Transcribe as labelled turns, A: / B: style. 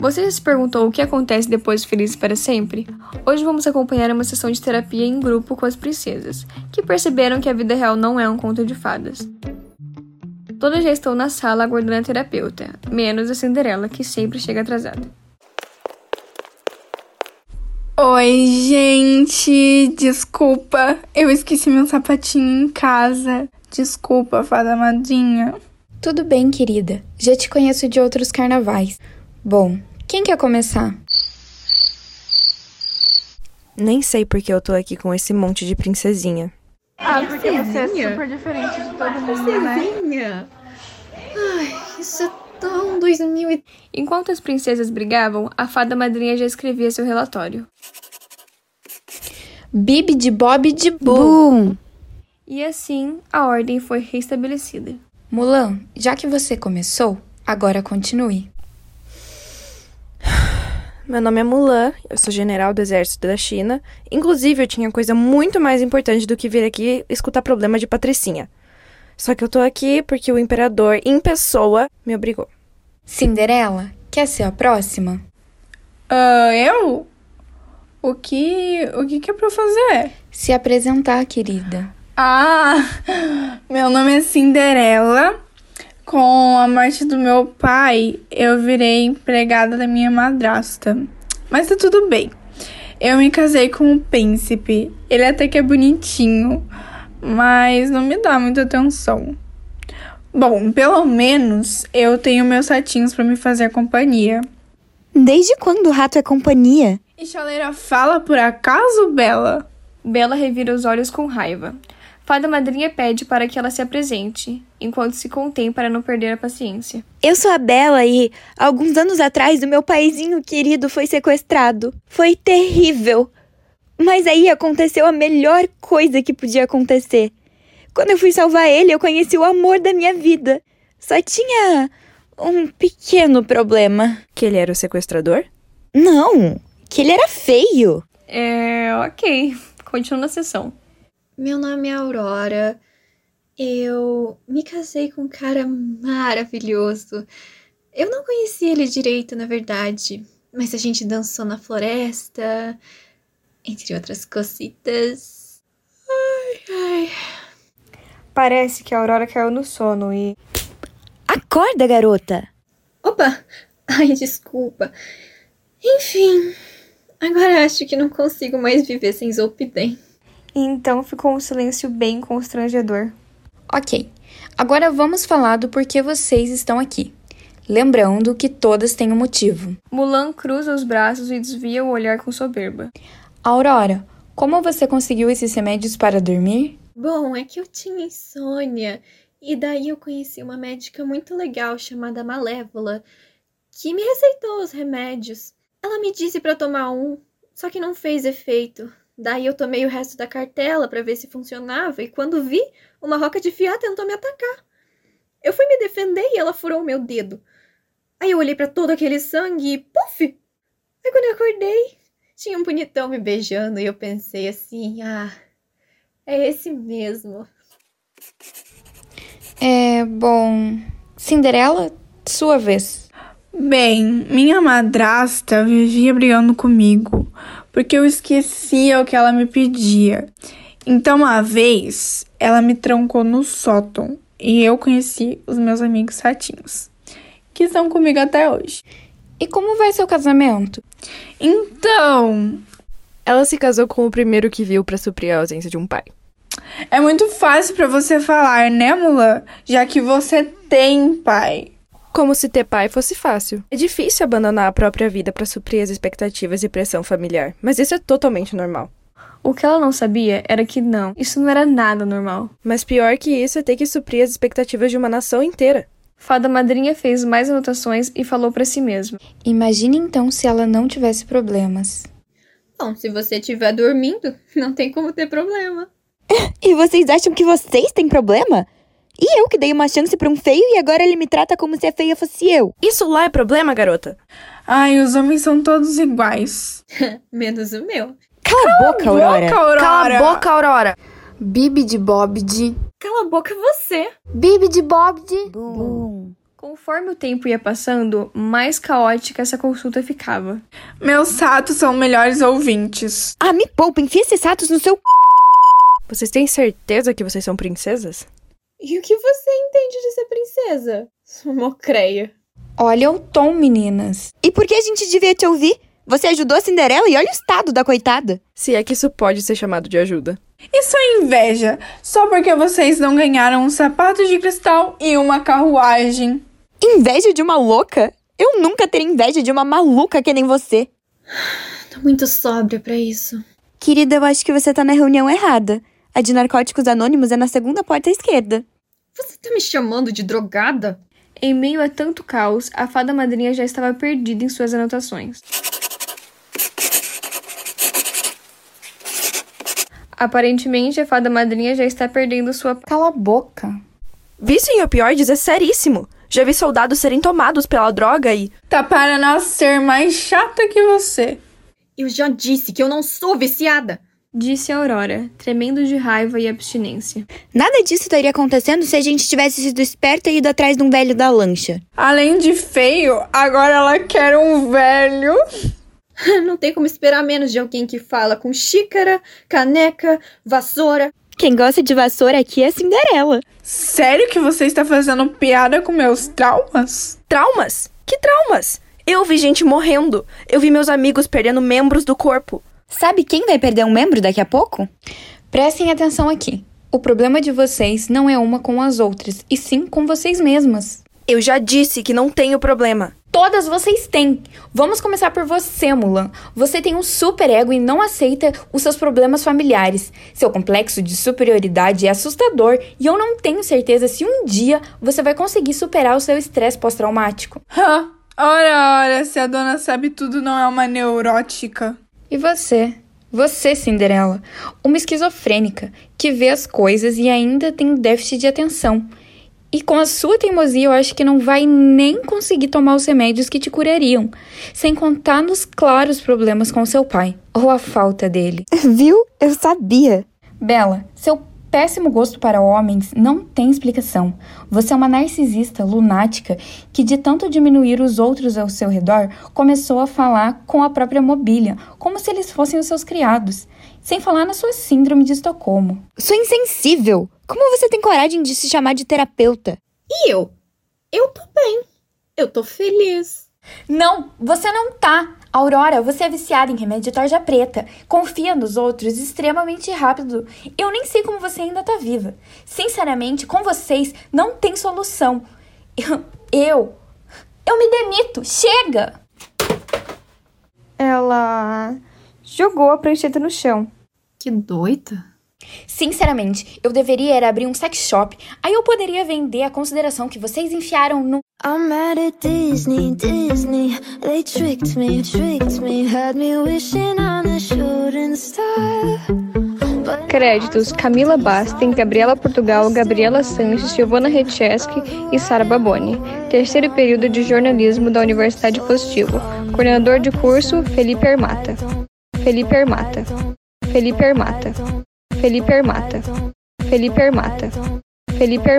A: Você já se perguntou o que acontece depois de Felizes para Sempre? Hoje vamos acompanhar uma sessão de terapia em grupo com as princesas, que perceberam que a vida real não é um conto de fadas. Todas já estão na sala aguardando a terapeuta, menos a Cinderela, que sempre chega atrasada.
B: Oi, gente! Desculpa, eu esqueci meu sapatinho em casa. Desculpa, fada madrinha.
C: Tudo bem, querida. Já te conheço de outros carnavais. Bom, quem quer começar?
D: Nem sei porque eu tô aqui com esse monte de princesinha.
B: Ah, porque você é super diferente de todo mundo, né?
E: Princesinha. Ai, isso é tão 2000 e...
A: Enquanto as princesas brigavam, a fada madrinha já escrevia seu relatório.
C: Bibi de Bob de Boom!
A: E assim, a ordem foi restabelecida.
C: Mulan, já que você começou, agora continue.
D: Meu nome é Mulan, eu sou general do exército da China. Inclusive, eu tinha coisa muito mais importante do que vir aqui escutar problema de patricinha. Só que eu tô aqui porque o imperador, em pessoa, me obrigou.
C: Cinderela, quer ser a próxima?
B: Ah, eu? O que. O que, que é pra eu fazer?
C: Se apresentar, querida.
B: Ah, meu nome é Cinderela. Com a morte do meu pai, eu virei empregada da minha madrasta. Mas tá tudo bem. Eu me casei com o príncipe. Ele até que é bonitinho, mas não me dá muita atenção. Bom, pelo menos eu tenho meus satinhos pra me fazer companhia.
F: Desde quando o rato é companhia?
B: E chaleira fala por acaso, Bela?
A: Bela revira os olhos com raiva. Fada madrinha pede para que ela se apresente, enquanto se contém para não perder a paciência.
F: Eu sou a Bela e, alguns anos atrás, o meu paizinho querido foi sequestrado. Foi terrível. Mas aí aconteceu a melhor coisa que podia acontecer. Quando eu fui salvar ele, eu conheci o amor da minha vida. Só tinha um pequeno problema.
D: Que ele era o sequestrador?
F: Não, que ele era feio.
A: É, ok. Continua a sessão.
E: Meu nome é Aurora. Eu me casei com um cara maravilhoso. Eu não conheci ele direito, na verdade, mas a gente dançou na floresta, entre outras cositas. Ai, ai.
A: Parece que a Aurora caiu no sono e.
F: Acorda, garota!
E: Opa! Ai, desculpa. Enfim, agora acho que não consigo mais viver sem Zolpidem.
A: E então ficou um silêncio bem constrangedor.
C: Ok, agora vamos falar do porquê vocês estão aqui. Lembrando que todas têm um motivo.
A: Mulan cruza os braços e desvia o olhar com soberba.
C: Aurora, como você conseguiu esses remédios para dormir?
E: Bom, é que eu tinha insônia, e daí eu conheci uma médica muito legal chamada Malévola, que me receitou os remédios. Ela me disse pra tomar um, só que não fez efeito. Daí eu tomei o resto da cartela pra ver se funcionava, e quando vi, uma roca de fiar tentou me atacar. Eu fui me defender e ela furou o meu dedo. Aí eu olhei pra todo aquele sangue e puf! Aí quando eu acordei, tinha um bonitão me beijando e eu pensei assim: ah, é esse mesmo.
C: É bom. Cinderela, sua vez.
B: Bem, minha madrasta vivia brigando comigo, porque eu esquecia o que ela me pedia. Então, uma vez, ela me trancou no sótão e eu conheci os meus amigos ratinhos, que estão comigo até hoje.
C: E como vai seu casamento?
B: Então,
D: Ela se casou com o primeiro que viu pra suprir a ausência de um pai.
B: é muito fácil pra você falar, né, Mulan? Já que você tem pai.
D: Como se ter pai fosse fácil. É difícil abandonar a própria vida pra suprir as expectativas e pressão familiar, mas isso é totalmente normal.
A: O que ela não sabia era que não, isso não era nada normal.
D: Mas pior que isso é ter que suprir as expectativas de uma nação inteira.
A: Fada madrinha fez mais anotações e falou pra si mesma.
C: Imagine então se ela não tivesse problemas.
E: Bom, se você estiver dormindo, não tem como ter problema.
F: E vocês acham que vocês têm problema? E eu que dei uma chance pra um feio e agora ele me trata como se a feia fosse eu.
D: Isso lá é problema, garota?
B: Ai, os homens são todos iguais.
E: Menos o meu.
F: Cala a boca, Aurora.
B: Boca, Aurora.
D: Cala a boca, Aurora!
G: Bibi de Bob de.
E: Cala a boca você!
G: Bibi de Bob de.
A: Conforme o tempo ia passando, mais caótica essa consulta ficava.
B: Meus satos são melhores ouvintes.
F: Ah, me poupa, enfia esses ratos no seu c...
D: Vocês têm certeza que vocês são princesas?
E: E o que você entende de ser princesa? Mocreia.
C: Olha o tom, meninas.
F: E por que a gente devia te ouvir? Você ajudou a Cinderela e olha o estado da coitada.
D: Se é que isso pode ser chamado de ajuda.
B: Isso é inveja, só porque vocês não ganharam um sapato de cristal e uma carruagem.
F: Inveja de uma louca? Eu nunca teria inveja de uma maluca que nem você.
E: Tô muito sóbria pra isso.
F: Querida, eu acho que você tá na reunião errada. A de Narcóticos Anônimos é na segunda porta à esquerda.
E: Você tá me chamando de drogada?
A: Em meio a tanto caos, a fada madrinha já estava perdida em suas anotações. Aparentemente, a fada madrinha já está perdendo sua.
C: Cala a boca.
D: Vício em opioides é seríssimo. Já vi soldados serem tomados pela droga e.
B: Tá para nós ser mais chata que você.
E: Eu já disse que eu não sou viciada.
A: Disse a Aurora, tremendo de raiva e abstinência.
F: Nada disso estaria acontecendo se a gente tivesse sido esperta e ido atrás de um velho da lancha.
B: Além de feio, agora ela quer um velho.
E: Não tem como esperar menos de alguém que fala com xícara, caneca, vassoura.
F: Quem gosta de vassoura aqui é a Cinderela.
B: Sério que você está fazendo piada com meus traumas?
D: Traumas? Que traumas? Eu vi gente morrendo. Eu vi meus amigos perdendo membros do corpo.
F: Sabe quem vai perder um membro daqui a pouco?
C: Prestem atenção aqui. O problema de vocês não é uma com as outras, e sim com vocês mesmas.
D: Eu já disse que não tenho problema.
C: Todas vocês têm. Vamos começar por você, Mulan. Você tem um super ego e não aceita os seus problemas familiares. Seu complexo de superioridade é assustador e eu não tenho certeza se um dia você vai conseguir superar o seu estresse pós-traumático.
B: Hã? Ora, ora, se a dona sabe tudo não é uma neurótica.
C: E você? Você, Cinderela, uma esquizofrênica que vê as coisas e ainda tem déficit de atenção. E com a sua teimosia, eu acho que não vai nem conseguir tomar os remédios que te curariam, sem contar nos claros problemas com seu pai, ou a falta dele.
F: Viu? Eu sabia.
C: Bela, seu péssimo gosto para homens não tem explicação. Você é uma narcisista lunática que, de tanto diminuir os outros ao seu redor, começou a falar com a própria mobília, como se eles fossem os seus criados. Sem falar na sua síndrome de Estocolmo.
F: Sou insensível. Como você tem coragem de se chamar de terapeuta?
E: E eu? Eu tô bem. Eu tô feliz.
C: Não, você não tá. Aurora, você é viciada em remédio de tarja preta. Confia nos outros extremamente rápido. Eu nem sei como você ainda tá viva. Sinceramente, com vocês não tem solução. Eu. Eu, eu me demito. Chega!
A: Ela jogou a prancheta no chão.
E: Que doida.
C: Sinceramente, eu deveria era abrir um sex shop. Aí eu poderia vender a consideração que vocês enfiaram no.
H: I'm mad at Disney, Disney. They tricked me, tricked me. Had me wishing on a shooting star. But
A: Créditos: Camila Bastem, Gabriela Portugal, Gabriela Sanches, Giovanna Recheski e Sara Baboni. Terceiro período de jornalismo da Universidade Positivo. Coordenador de curso: Felipe Armata. Felipe Armata. Felipe Armata. Felipe Armata. Felipe Armata. Felipe Armata.